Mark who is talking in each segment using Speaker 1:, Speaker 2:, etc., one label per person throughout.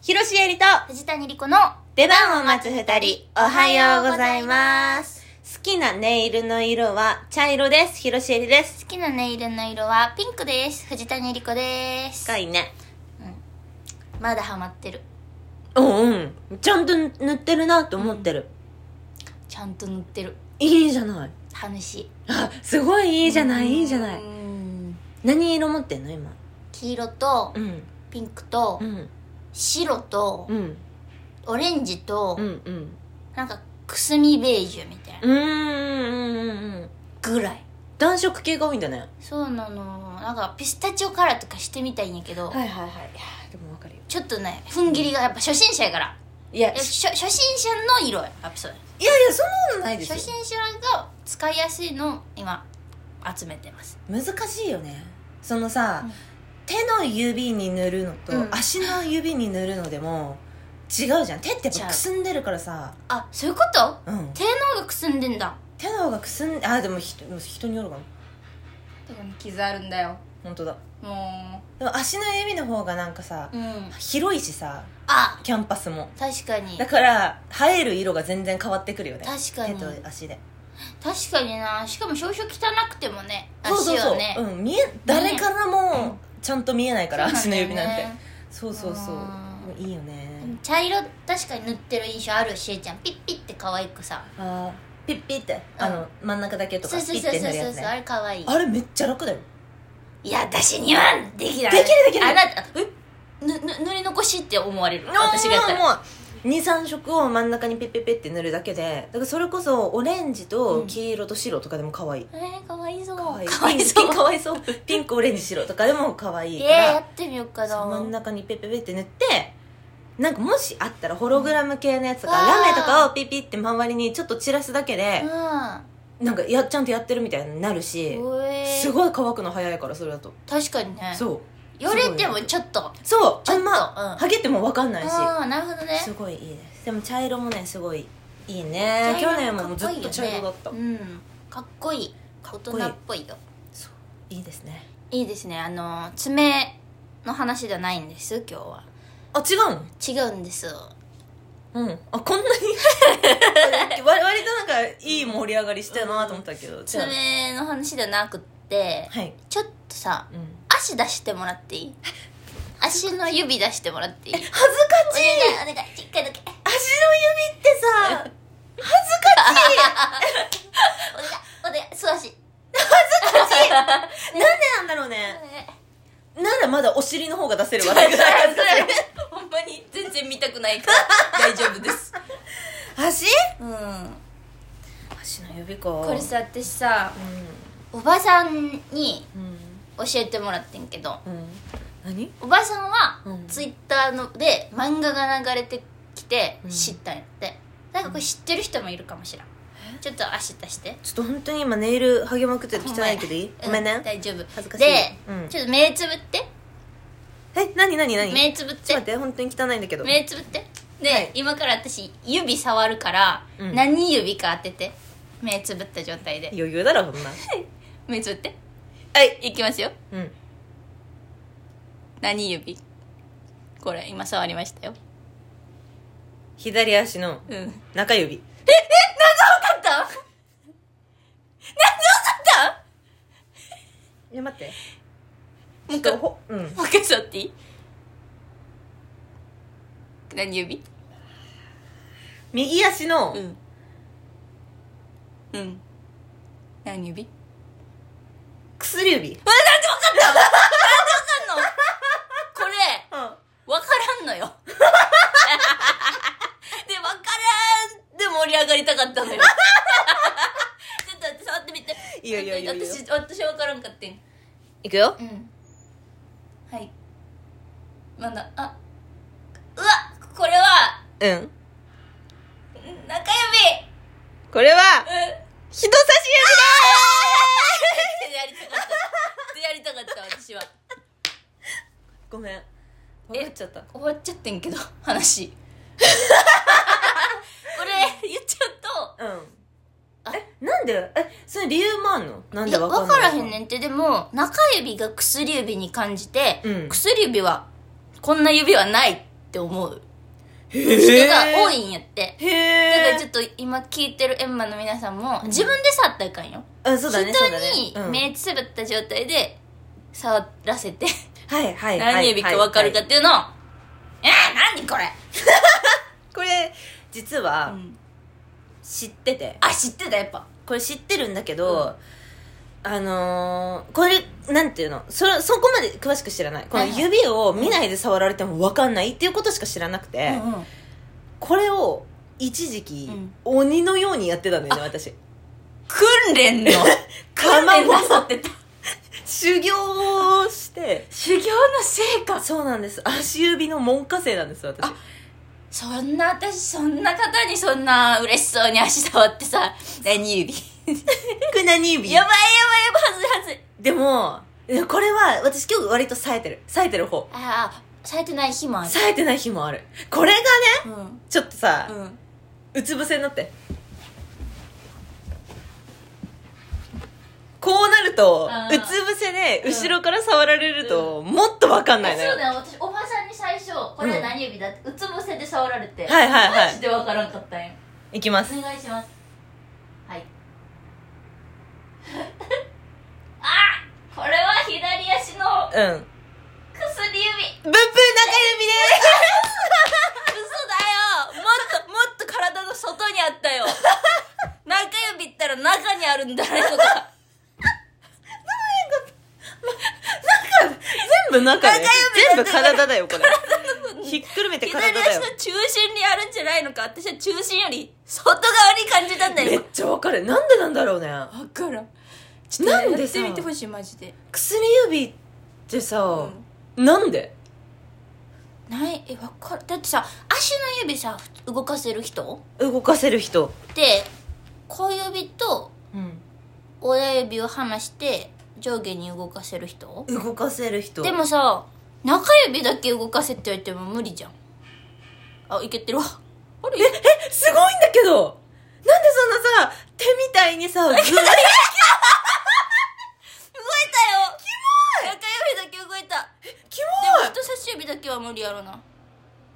Speaker 1: 広ロえりと
Speaker 2: 藤谷莉子の
Speaker 1: 出番を待つ二人、おはようございます。好きなネイルの色は茶色です。広ロえりです。
Speaker 2: 好きなネイルの色はピンクです藤谷莉子です
Speaker 1: 深いね。
Speaker 2: まだハマってる
Speaker 1: うんうん。ちゃんと塗ってるなと思ってる。
Speaker 2: ちゃんと塗ってる
Speaker 1: いいじゃない。
Speaker 2: 楽しい
Speaker 1: あ、すごいいいじゃない、いいじゃな
Speaker 2: う
Speaker 1: い。
Speaker 2: ん
Speaker 1: 何色持ってんの今。
Speaker 2: 黄色と
Speaker 1: ん。
Speaker 2: ピンクと
Speaker 1: うん。
Speaker 2: 白と
Speaker 1: うん。
Speaker 2: オレンジと
Speaker 1: うんうん。
Speaker 2: なんかくすみベージュみたいな
Speaker 1: うんうんうんうん。
Speaker 2: ぐらい
Speaker 1: 暖色系が多いんだね。
Speaker 2: そうなのなんかピスタチオカラーとかしてみたいんやけど、
Speaker 1: いはいはい。いやーでもわかるよ。
Speaker 2: ちょっとね踏ん切りがやっぱ初心者やから
Speaker 1: いや、いや
Speaker 2: いや初初心者の色ややっぱそう
Speaker 1: いや、そんなことないですよ
Speaker 2: 初。心者が使いやすいのを今集めてます
Speaker 1: 難しいよねそのさ、
Speaker 2: うん
Speaker 1: 手の指に塗るのと、
Speaker 2: うん
Speaker 1: 足の指に塗るのでも違うじゃん手ってやっ
Speaker 2: 違
Speaker 1: ぱ
Speaker 2: う
Speaker 1: くすんでるからさ
Speaker 2: あそういうこと
Speaker 1: うん
Speaker 2: 手の方がくすんでんだ
Speaker 1: 手の方がくすんあでも人人によるかな
Speaker 2: とかに傷あるんだよ
Speaker 1: 本当だ
Speaker 2: も
Speaker 1: でも足の指の方がなんかさ
Speaker 2: ううん
Speaker 1: 広いしさ
Speaker 2: あ
Speaker 1: キャンパスも
Speaker 2: 確かに
Speaker 1: だから生える色が全然変わってくるよね
Speaker 2: 確かに
Speaker 1: 手と足で
Speaker 2: 確かになしかも少々汚くてもね足をね
Speaker 1: うん、見え誰からもちゃんと見えないから、足の指なんてそうそうそう
Speaker 2: うん
Speaker 1: いいよね
Speaker 2: でも茶色確かに塗ってる印象あるしえちゃんピッピッて可愛くさ
Speaker 1: あーピッピって、あの真ん中だけとか
Speaker 2: そう
Speaker 1: ピ
Speaker 2: そう
Speaker 1: ッ
Speaker 2: そ
Speaker 1: てな
Speaker 2: うそう
Speaker 1: る
Speaker 2: そ
Speaker 1: や
Speaker 2: う
Speaker 1: つ
Speaker 2: あ
Speaker 1: ね
Speaker 2: れ可愛い
Speaker 1: あれめっちゃ楽だよ
Speaker 2: いや私にはできない
Speaker 1: できるできる
Speaker 2: あなたえぬぬ塗り残しって思われる私がやったら
Speaker 1: もう23色を真ん中にピッピッピッって塗るだけでだからそれこそオレンジと黄色と白とかでも可愛い、
Speaker 2: えー、かわいそう
Speaker 1: 可愛い
Speaker 2: かわいそ
Speaker 1: ピ
Speaker 2: う
Speaker 1: ンク可愛そうピンクオレンジ白とかでも可愛
Speaker 2: え
Speaker 1: い
Speaker 2: ー、
Speaker 1: から、
Speaker 2: やってみようかな
Speaker 1: そう真ん中にピッピッピッって塗ってなんかもしあったらホログラム系のやつとかラメとかをピッピッって周りにちょっと散らすだけで、なんかやちゃんとやってるみたいになるし、
Speaker 2: うん、えー、
Speaker 1: すごい乾くの早いからそれだと、
Speaker 2: 確かにね
Speaker 1: そう
Speaker 2: よれてもちょっと
Speaker 1: そう
Speaker 2: ちょっと
Speaker 1: あんま、
Speaker 2: うん
Speaker 1: ハゲても分かんないし
Speaker 2: ああなるほどね
Speaker 1: すごいいいですでも茶色もねすごいいいね
Speaker 2: 茶色
Speaker 1: 去年ももうず
Speaker 2: かこ
Speaker 1: っ
Speaker 2: いいよね
Speaker 1: と茶色だった、
Speaker 2: うんかっこいい大
Speaker 1: こいい
Speaker 2: 人っぽいよ
Speaker 1: そういいですね
Speaker 2: いいですねあの爪の話じゃないんです今日
Speaker 1: あ違うの
Speaker 2: は違うんです
Speaker 1: うんあこんなに 割割となんかいい盛り上がりしたなと思ったけど、じゃあ
Speaker 2: 爪の話じゃなくって
Speaker 1: はい、
Speaker 2: ちょっとさ
Speaker 1: うん、
Speaker 2: 足出してもらっ ていい足の指出してもらっていいお
Speaker 1: 恥ずかしい
Speaker 2: 願いお願い一回だけ
Speaker 1: 足の指ってさ恥ずかしい
Speaker 2: お願いお願い 素足
Speaker 1: なんでなんだろうねなんだまだお尻の方が出せるわけ
Speaker 2: ほんまに全然見たくないから大丈夫 です
Speaker 1: 足
Speaker 2: うん
Speaker 1: 足の指か
Speaker 2: これさ私さ
Speaker 1: う
Speaker 2: おばさんに
Speaker 1: んうん
Speaker 2: 教えてもらってんけど
Speaker 1: うん何
Speaker 2: おばさんは
Speaker 1: うん
Speaker 2: ツイッターので漫画が流れてきて
Speaker 1: うん
Speaker 2: 知ったんやって、なんかこれ知ってる人もいるかもしれんちょっと足出して
Speaker 1: ちょっと本当に今ネイル剥げまくってて汚いけどいい
Speaker 2: ほ
Speaker 1: ごめん
Speaker 2: う
Speaker 1: ね
Speaker 2: 大丈夫
Speaker 1: 恥ずかしい
Speaker 2: で、
Speaker 1: うん
Speaker 2: ちょっと目つぶって
Speaker 1: え何何何ちょっ
Speaker 2: 目つぶって
Speaker 1: と待って本当に汚いんだけど
Speaker 2: 目つぶってで、
Speaker 1: はい
Speaker 2: 今から私指触るから、
Speaker 1: うん
Speaker 2: 何指か当てて目つぶった状態で
Speaker 1: 余裕だろそんな
Speaker 2: 目つぶって
Speaker 1: はい
Speaker 2: いきますよ
Speaker 1: うん
Speaker 2: 何指これ今触りましたよ
Speaker 1: 左足の
Speaker 2: うん分
Speaker 1: 中指
Speaker 2: かった何で分かった
Speaker 1: いや待って
Speaker 2: もう一回も
Speaker 1: ほうん
Speaker 2: う一回触っていい何指
Speaker 1: 右足の
Speaker 2: うんうん何指
Speaker 1: 薬指うん
Speaker 2: うわなんで分かったなんで分かんのこれわからんのよ。で、わからんで盛り上がりたかったのよ。ちょっと待って、触ってみて。
Speaker 1: いいよいいよいいよ
Speaker 2: 私、私わからんかってん。
Speaker 1: いくよ
Speaker 2: うん。はい。なんだ、あ、うわこれは、
Speaker 1: うん
Speaker 2: 中指うん。
Speaker 1: これは人差し指だ
Speaker 2: でやりたかった。でやりたかった、私は。
Speaker 1: ごめん
Speaker 2: え
Speaker 1: 分かっちゃった
Speaker 2: 終わっちゃってんけど、 話。これ、言っちゃうと、
Speaker 1: うんえなんでえそれ理由もあんのなん
Speaker 2: い
Speaker 1: で
Speaker 2: や
Speaker 1: わ
Speaker 2: 分
Speaker 1: か
Speaker 2: か
Speaker 1: んない
Speaker 2: らへんねんってでも中指が薬指に感じて、
Speaker 1: うん
Speaker 2: 薬指はこんな指はないっって思う
Speaker 1: 人
Speaker 2: 人が多いんやって
Speaker 1: へ
Speaker 2: だ
Speaker 1: え
Speaker 2: からちょっと今聞いてるエンマの皆さんも自分で触ったらあかんよ
Speaker 1: うんそうだねそうだね
Speaker 2: 人
Speaker 1: う
Speaker 2: に
Speaker 1: ん
Speaker 2: 目つぶった状態で触らせて
Speaker 1: はいはいはい
Speaker 2: 何指か分かるか
Speaker 1: は
Speaker 2: っ
Speaker 1: い
Speaker 2: ていうのをえー、何これ、
Speaker 1: これ実
Speaker 2: う
Speaker 1: は
Speaker 2: ん
Speaker 1: 知ってて
Speaker 2: あ知ってたやっぱ
Speaker 1: これ知ってるんだけど、あのーこれなんていうのそれそこまで詳しく知らないこの
Speaker 2: はいはい
Speaker 1: 指を見ないで触られても分かんないっていうことしか知らなくて、
Speaker 2: うんうん
Speaker 1: これを一時期、
Speaker 2: うん
Speaker 1: 鬼のようにやってたんだよね私
Speaker 2: 訓練 の訓練なさってた
Speaker 1: 修行をして
Speaker 2: 修行の成果
Speaker 1: そうなんです足指の門下生なんです私
Speaker 2: あそんな私そんな方にそんな嬉しそうに足触ってさ何指
Speaker 1: く何指
Speaker 2: やばいやばいやばいはずいはずい
Speaker 1: でもいやこれは私今日割と冴えてる冴えてる方
Speaker 2: ああされてない日もある
Speaker 1: 冴えてない日もあるこれがね
Speaker 2: うんう
Speaker 1: ちょっとさ、
Speaker 2: ん
Speaker 1: うつ伏せになってこうなると
Speaker 2: あ
Speaker 1: う
Speaker 2: ー
Speaker 1: つ伏せで後ろから触られると、もっとわかんないの
Speaker 2: そ
Speaker 1: よ、
Speaker 2: うだよ私おばさんに最初これは何指だってうつ伏せで触られて
Speaker 1: はいはいはい
Speaker 2: マジでわからんかったんよ
Speaker 1: いきます
Speaker 2: お願いしますはい あーこれは左足の
Speaker 1: うん
Speaker 2: 薬指
Speaker 1: ブッブー中指で
Speaker 2: 嘘だよもっともっと体の外にあった よ中指ったら中にあるんだねとか
Speaker 1: す全部中で
Speaker 2: 中指
Speaker 1: 全部体だよこれひっくるめて
Speaker 2: 左
Speaker 1: 体だ
Speaker 2: 足
Speaker 1: よ
Speaker 2: の中心にあるんじゃないのか私は中心より外側に感じたんだ
Speaker 1: め
Speaker 2: よ
Speaker 1: っちゃわかるなんでなんだろうね
Speaker 2: 分からんち
Speaker 1: なんで
Speaker 2: やっ
Speaker 1: さ
Speaker 2: てみてほしいマジで、
Speaker 1: 薬指って
Speaker 2: う
Speaker 1: さ、
Speaker 2: ん
Speaker 1: なんで
Speaker 2: ないえ分かるだってさ足の指さ動かせる人
Speaker 1: 動かせる人
Speaker 2: って小指と
Speaker 1: うん
Speaker 2: 親指を離して上下に動かせる人
Speaker 1: 動かせる人
Speaker 2: でもさ中指だけ動かせって言われても無理じゃんあいけてるわあれ
Speaker 1: え すごいんだけどなんでそんなさ手みたいに さずっと
Speaker 2: 動いたよキモい中指だけ動いた
Speaker 1: キ
Speaker 2: で
Speaker 1: モい
Speaker 2: も人差し指だけは無理やろな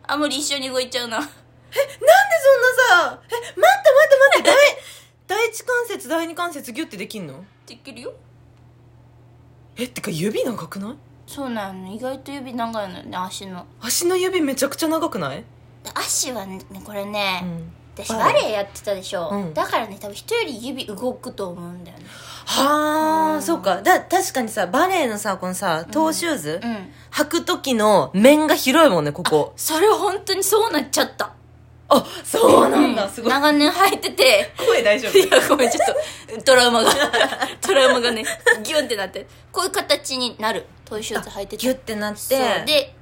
Speaker 2: あ無理一緒に動いちゃうな
Speaker 1: なんでそんなさえ待って待 って待って第第一関節第二関節ギュッてできんの
Speaker 2: できるよ
Speaker 1: えってか指長くない
Speaker 2: そうなの意外と指長いのよね足の
Speaker 1: 足の指めちゃくちゃ長くない
Speaker 2: 足はねこれね、
Speaker 1: ん
Speaker 2: 私バレエやってたでしょ、
Speaker 1: うん
Speaker 2: だからね多分人より指動くと思うんだよね
Speaker 1: は
Speaker 2: う
Speaker 1: あ
Speaker 2: ん
Speaker 1: そうかだ確かにさバレエのさこのさトーシューズ、
Speaker 2: うん
Speaker 1: 履く時の面が広いもんねここ
Speaker 2: それ本当にそうなっちゃった
Speaker 1: あそうなんだ、
Speaker 2: う
Speaker 1: すごい
Speaker 2: 長年履いてて
Speaker 1: 声大丈
Speaker 2: いやごめんちょっとトラウマが トラウマがねギュンってなってこういう形になるトイシューズ履いてて
Speaker 1: ギュッてなっ
Speaker 2: そう
Speaker 1: て
Speaker 2: で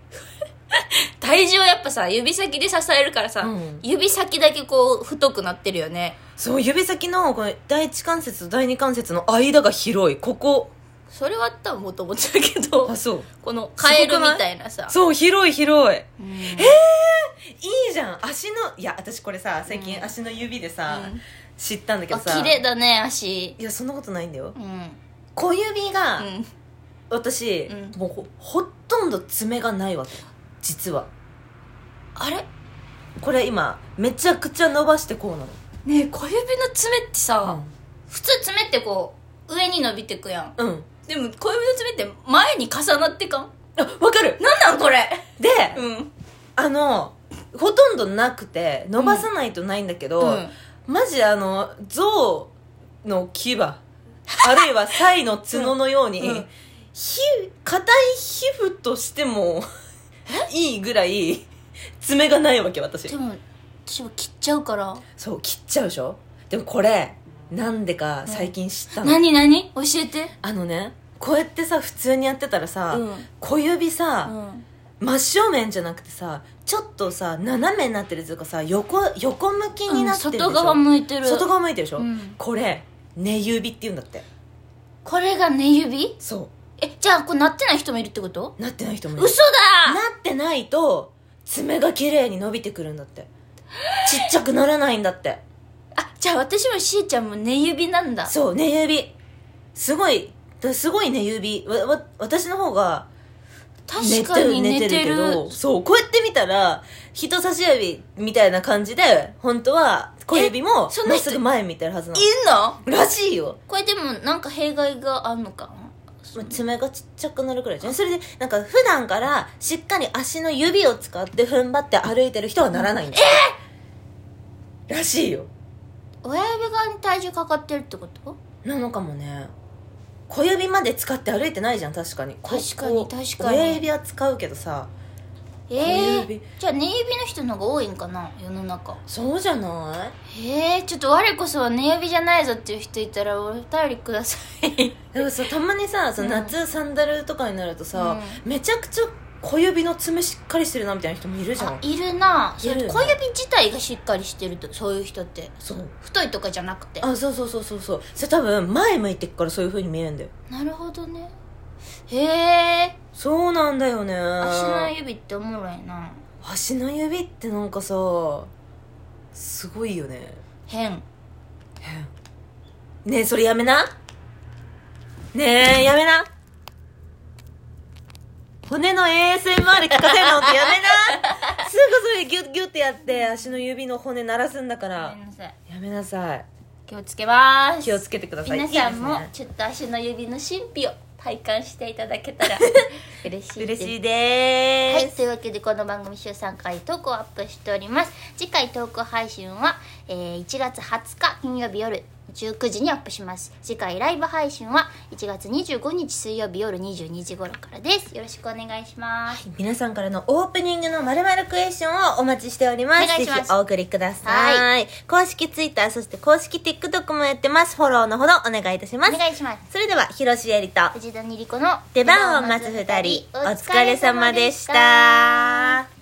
Speaker 2: 体重はやっぱさ指先で支えるからさ、
Speaker 1: うん
Speaker 2: 指先だけこう太くなってるよね
Speaker 1: そう指先のこの第一関節と第二関節の間が広いここ
Speaker 2: それは多分もともとだけど
Speaker 1: あそう
Speaker 2: このカエルみたいなさ
Speaker 1: そう広い広い
Speaker 2: うん
Speaker 1: いいじゃん足のいや私これさ最
Speaker 2: う
Speaker 1: 近
Speaker 2: ん
Speaker 1: 足の指でさ、
Speaker 2: うん
Speaker 1: 知ったんだけ
Speaker 2: あ
Speaker 1: どさ
Speaker 2: 綺麗だね足
Speaker 1: いやそんなことないんだよ
Speaker 2: うん
Speaker 1: 小指が、
Speaker 2: うん
Speaker 1: 私、
Speaker 2: うん
Speaker 1: もうほほとんど爪がないわけ実は
Speaker 2: あれ
Speaker 1: これ今めちゃくちゃ伸ばしてこうなの
Speaker 2: ねえ小指の爪ってさ、普通爪ってこう上に伸びてくやん
Speaker 1: うん、うん、
Speaker 2: でも小指の爪って前に重なってかん
Speaker 1: あわかる
Speaker 2: なんなんこれ
Speaker 1: で、
Speaker 2: うん
Speaker 1: あのほとんどなくて伸ばさないとないんだけど、マジあの象の牙ある いはサイの角のように、
Speaker 2: うんうん
Speaker 1: ひ硬い皮膚としてもいいぐらい爪がないわけ私
Speaker 2: でも私は切っちゃうから
Speaker 1: そう切っちゃうでしょでもこれなんでか最近知ったの、
Speaker 2: 何何教えて
Speaker 1: あのねこうやってさ普通にやってたらさ、
Speaker 2: うん
Speaker 1: 小指
Speaker 2: う
Speaker 1: さ、
Speaker 2: ん
Speaker 1: 真正面じゃなくてさちょっとさ斜めになってるというかさ横横向きになってるでしょ、
Speaker 2: 外側向いてる
Speaker 1: 外側向いてるでしょ、
Speaker 2: うん
Speaker 1: これ寝指って言うんだって
Speaker 2: これが寝指
Speaker 1: そ
Speaker 2: えじゃあこれなってない人もいるってこと
Speaker 1: うなってない人もいる
Speaker 2: 嘘
Speaker 1: な
Speaker 2: だ
Speaker 1: ってないと爪が綺麗に伸びてくるんだってちっちゃくならないんだって
Speaker 2: あじゃあ私もしーちゃんも寝指なんだ
Speaker 1: そう寝指すごいだすごい寝指わわ私の方が
Speaker 2: 確かに寝てる
Speaker 1: そうこうやって見たら人差し指みたいな感じで本当は小指もまっ
Speaker 2: えその人
Speaker 1: すぐ前見てるはずない
Speaker 2: んの
Speaker 1: のらしいよ
Speaker 2: これでもなんか弊害があんのかな
Speaker 1: まあ爪がちっちゃくなるくらいじゃんそれでなんか普段からしっかり足の指を使って踏ん張って歩いてる人はならないんだえらしいよ
Speaker 2: 親指側に体重かかってるってこと
Speaker 1: なのかもね小指まで使って歩いてないじゃん確かにこ
Speaker 2: 確かに
Speaker 1: こ
Speaker 2: 確かに
Speaker 1: 親指は使うけどさ
Speaker 2: え
Speaker 1: 小指
Speaker 2: ー、じゃあ寝指の人の方が多いんかな世の中
Speaker 1: そうじゃない
Speaker 2: えー、ちょっと我こそは寝指じゃないぞっていう人いたらお便りください
Speaker 1: でもさたまにさその
Speaker 2: うん
Speaker 1: 夏サンダルとかになるとさ、めちゃくちゃ小指の爪しっかりしてるなみたいな人もいるじゃ
Speaker 2: あ
Speaker 1: ん
Speaker 2: いるない
Speaker 1: るよね
Speaker 2: それ小指自体がしっかりしてるとそういう人って
Speaker 1: そう
Speaker 2: 太いとかじゃなくて
Speaker 1: あそうそうそうそうそうそれ多分前向いてっからそういう風に見えるんだよ
Speaker 2: なるほどねへえ
Speaker 1: そうなんだよね
Speaker 2: 足の指っておもろいな
Speaker 1: 足の指ってなんかさすごいよね
Speaker 2: 変
Speaker 1: ねえそれやめなねえやめな骨の ASMR 聞かせるのってやめ なすぐそれギュッギュッってやって足の指の骨鳴らすんだか
Speaker 2: ご
Speaker 1: ら
Speaker 2: めんなさい
Speaker 1: やめなさい
Speaker 2: 気をつけます
Speaker 1: 気をつけてください
Speaker 2: 皆さんも
Speaker 1: いいで
Speaker 2: ちょっと足の指の神秘を体感していただ けたら嬉し
Speaker 1: す
Speaker 2: い
Speaker 1: ね
Speaker 2: です
Speaker 1: 嬉しいで
Speaker 2: はい、
Speaker 1: す、
Speaker 2: というわけでこの番組週3回トークをアップしております次回トーク配信は、えー1月20日金曜日夜19時にアップします次回ライブ配信は1月25日水曜日夜22時頃からですよろしくお願いします
Speaker 1: 皆さんからのオープニングのまるまるクエスチョンをお待ちしております。
Speaker 2: お願いします
Speaker 1: ぜひお送りください。
Speaker 2: は
Speaker 1: 公式ツイッター、そして公式 TikTok もやってます。フォローのほどお願いいたします
Speaker 2: お。願いします
Speaker 1: それでは、広しえりと
Speaker 2: 藤田にり子の
Speaker 1: 出番を待つ二人、お疲れ様でした。